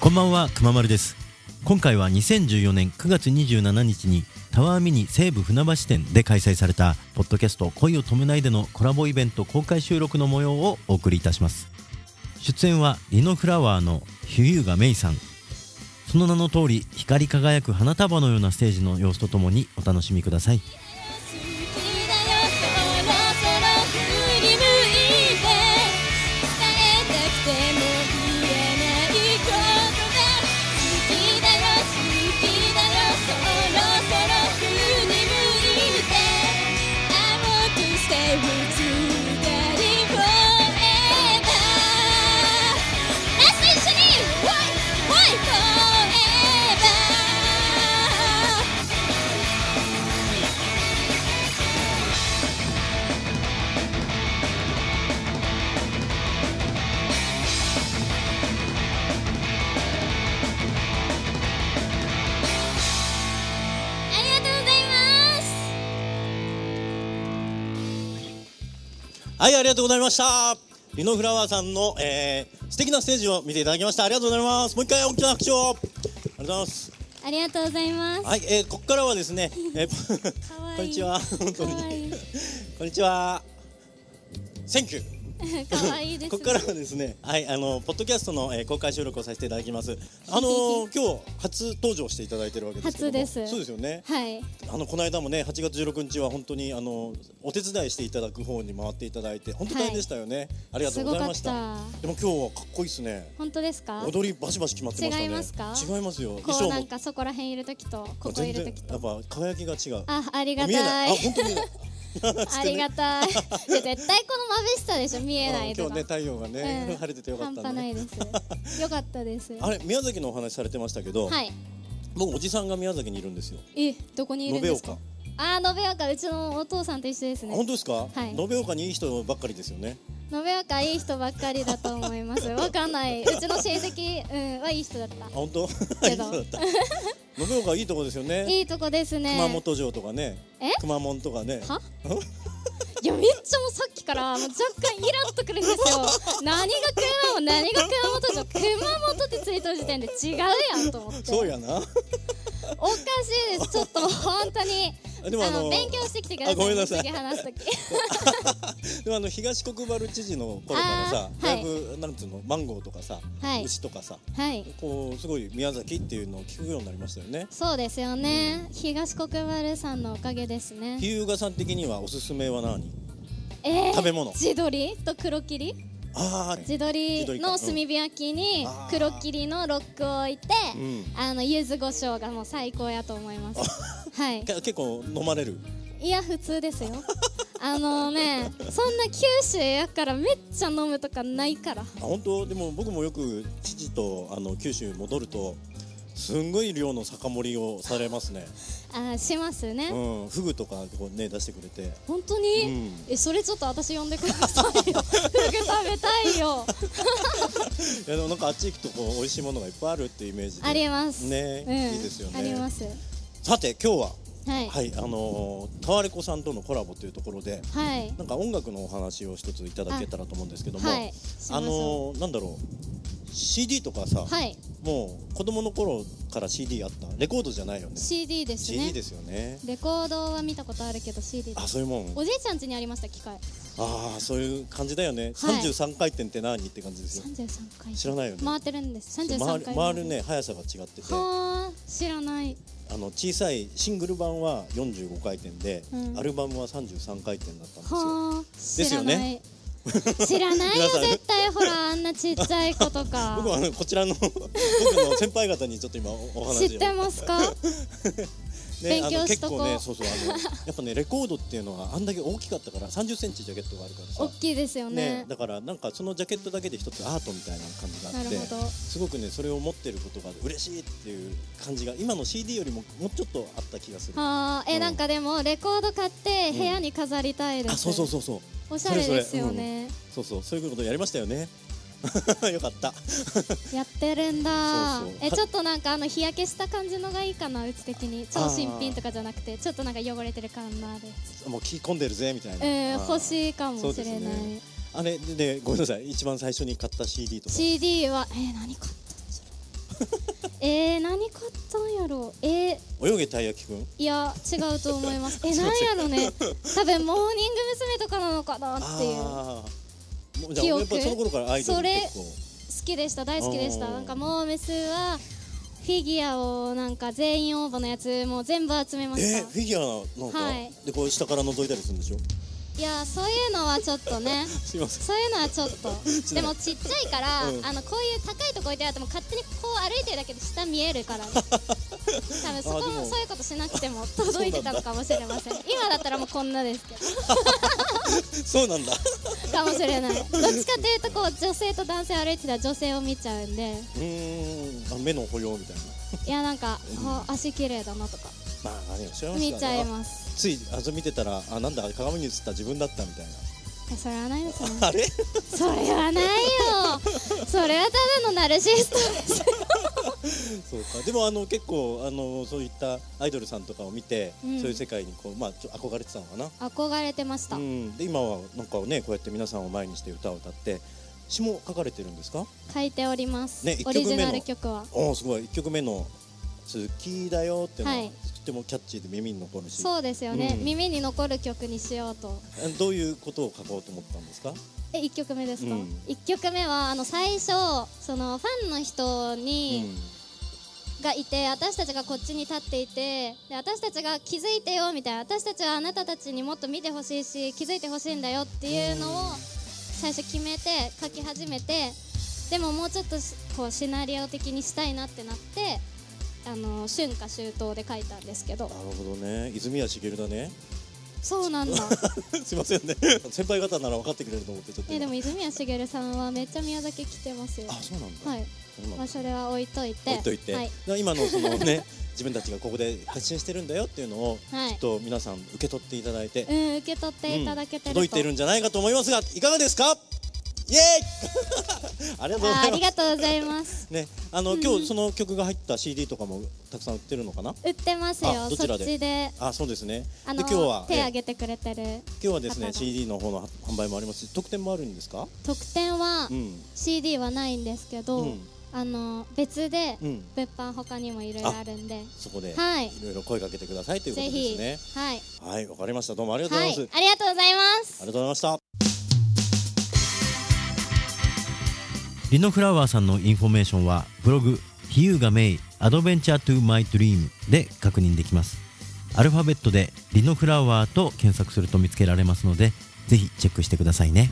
こんばんは、くままるです。今回は2014年9月27日にタワーミニ西武船橋店で開催されたポッドキャスト恋を止めないでのコラボイベント公開収録の模様をお送りいたします。出演はリノフラワーのヒュユーガメイさん。その名の通り光り輝く花束のようなステージの様子とともにお楽しみください。好きだよそろそろ振り向いて伝えたくても言えないことが好きだよ好きだよそろそろ振り向いて I want to stay with you darling forever ラスト一緒に Why? Why? Forever ありがとうございますはい、ありがとうございました。リノフラワーさんの、えー、素敵なステージを見ていただきました。ありがとうございます。もう一回大きな拍手を。ありがとうございます。ありがとうございます。はい、えー、ここからはですね、えー、 かわいいこんにちは。本当にかわいい。こんにちは。センキュー。可愛い です、ね。ここからはですね、はい、あのポッドキャストの、えー公開収録をさせていただきます。あのー今日初登場していただいてるわけですけど初も。ですそうですよね。はい。あのこの間もね8月16日は本当にあのお手伝いしていただく方に回っていただいて本当大変でしたよね、ありがとうございましたすごかったでも今日はかっこいいですね本当ですか？踊りバシバシ決まってましたね違いますか違いますよ衣こう装なんもかそこら辺いる時とここい全る然時やと。っぱ輝きが違うあ、ありが見えなたいいあ。本当見えない ありが たい。で絶対この眩しさでしょ見えない今と日か。ね太陽がね、うん晴れててよかっ半た端ないねです。よかったです。あれ宮崎のお話されてましたけど、はい。僕おじさんが宮崎にいるんですよえ、どこにいるんですか延？あー、延岡うちのお父さんと一緒ですあ本ね。当ですか、はい延岡にいい人ばっかりですよね延岡いい人ばっかりだと思います。わかんない。うちの親戚うんはいい人だっあ た。本当いいけ人どだ った延岡いいとこですよねいいとこですね。熊本城とかねえ熊門とかねはいやめっちゃもうさっきからもう若干イラっとくる んですよ何が熊本何が熊本城熊本ってついた時点で違うやんと思ってそうやなおかしいですちょっと本当にでもあのの勉強してきてくださいあごめんなさい次話す時でもあの東国原知事の頃からあさーだはいいぶなんつうのマンゴーとかさはい牛とかさはいこうすごい宮崎っていうのを聞くようになりましたよねそうですよね、東国原さんのおかげですね日向さん的にはおすすめは何えー食べ物地鶏と黒切りああ地鶏の地炭鶏火焼きにあー黒切りのロックを置いて、うんあの柚子胡椒がもう最高やと思います はい結構飲まれるいや普通ですよ あのねそんな九州やからめっちゃ飲むとかないからあ本当でも僕もよく知事とあの九州戻るとすんごい量の酒盛りをされますね、あしますね、うん、フグとかこうね出してくれて本当に、うんえそれちょっと私呼んでくださ いよフグ食べたいよいやでもなんかあっち行くとこう美味しいものがいっぱいあるっていうイメージでありますね、うん、いいですよねありますさて今日ははいは、はいいあのータワレコさんとのコラボというところでなんか音楽のお話を一ついただけたらと思うんですけどもはいしましょうあのーなんだろう CD とかさ、はいもう子供の頃から CD あったレコードじゃないよね CD ですね CD ですよねレコードは見たことあるけど CD であすそういうもんおじいちゃん家にありました機械ああそういう感じだよね、はい33回転って何って感じですよ33回知らないよね回ってるんですそう33回回る回るね速さが違っててはあ知らないあの小さいシングル版は45回転で、うんアルバムは33回転だったんですよ。はあで知すらよない、ね知らないよ皆さん絶対ほらあんなちっちゃい子とか僕はあのこちらの僕の先輩方にちょっと今おお話を知ってますかね、あ勉の強し結とこう構ねそうそうあの やっぱねレコードっていうのはあんだけ大きかったから3 0センチジャケットがあるからさ大きいですよねだからなんかそのジャケットだけで一つアートみたいな感じがあなっるてほどすごくねそれを持ってることが嬉しいっていう感じが今の CD よりももうちょっとあった気がするあはあえ、うんなんかでもレコード買って部屋に飾りたいです、そうそうそうそうおしゃれですよねそうそうそういうことやりましたよね よかったやってるんだそうそうえちょっとなんかあの日焼けした感じのがいいかなうち的に超新品とかじゃなくてちょっとなんか汚れてる感のあるもう着込んでるぜみたいな、うんあー欲しいかもしれない、そうですねあれででごめんなさい一番最初に買った CD とか CD はえ何買ったんじ えー、何買ったんやろえー、泳げたい焼きくんいや違うと思い ますえなんやろね多分モーニング娘。とかなのかなっていう好ああもうじゃあ俺やっぱ記憶その頃からアイドル結構きでした大好きでしたおーなんかモーメスはフィギュアをなんか全員応募のやつもう全部集めまえした、フィギュアなんか、はいでこう下から覗いたりするんでしょいやそういうのはちょっとねすいませんそういうのは ちょっとでもちっちゃいから、うんあのこういう高いとこ置いてあっても勝手にこう歩いてるだけで下見える から多分そこあでももそういうことしなくても届いてたのかもしれません今だったらもうこんなです けどそうなんだかもしれないどっちかというとこう女性と男性歩いてたら女性を見ちゃうんで うーんあ目の保養みたいないやなんかあ足綺麗だなとかまあ何を知ら見ちゃいすますついあそれ見てたらあなんだ鏡に映った自分だったみたいいやそれはないですねなあれそれはないよそれはただのナルシスト です そうかでもあの結構あのそういったアイドルさんとかを見て、うんそういう世界にこう、まあ、ちょ憧れてたのかな、憧れてました、うん、で今はなんかねこうやって皆さんを前にして歌を歌って詩も書かれてるんですか書いております、ね一オ曲目リのジナル曲はおーすごい1曲目の「好きだよ」っていうのは、はいとってもキャッチーで耳に残るしそうですよね、うん耳に残る曲にしようとえ どういうことを書こうと思ったんですかえ1曲目ですか、うん一1曲目はあの最初そのファンの人に、がいて私たちがこっちに立っていてで私たちが気づいてよみたいな私たちはあなたたちにもっと見てほしいし気づいてほしいんだよっていうのを最初決めて書き始めてでももうちょっとしこうシナリオ的にしたいなってなってあの春夏秋冬で書いたんですけどなるほどね泉谷しげるだね そうなんだすいませんね先輩方なら分かってくれると思ってちょっとえ今でも泉谷しげるさんはめっちゃ宮崎来てますよあそうなんだ、はいそうなんだまあそれは置いといて置いといて、はい、な今のそのね 自分たちがここで発信してるんだよっていうのを、はいきっと皆さん受け取っていただいて、うん受け取っていただけてると、届いてるんじゃないかと思いますがいかがですかイエーイ ありがとうごあーざあいまりすがとうござい ますね、あの今日その曲が入った CD とかもたくさん売ってるのかな売ってますよあどちそらっでちであそうですねあでの今日は手え挙げてくれてる今日はですね方が CD の方の販売もありますし特典もあるんですか特典はうん CD はないんですけど、うんあの別でうん物販他にもいろいろあるんで、そこで、はいい、ろいろ声かけてくださいというこぜとですひ、ねはいはいわかりましたどうもありがとうごはざいいます、ありがとうございますありがとうございましたリノフラワーさんのインフォメーションはブログ「ひゆがめいアドベンチャートゥマイドリーム」で確認できますアルファベットで「リノフラワー」と検索すると見つけられますのでぜひチェックしてくださいね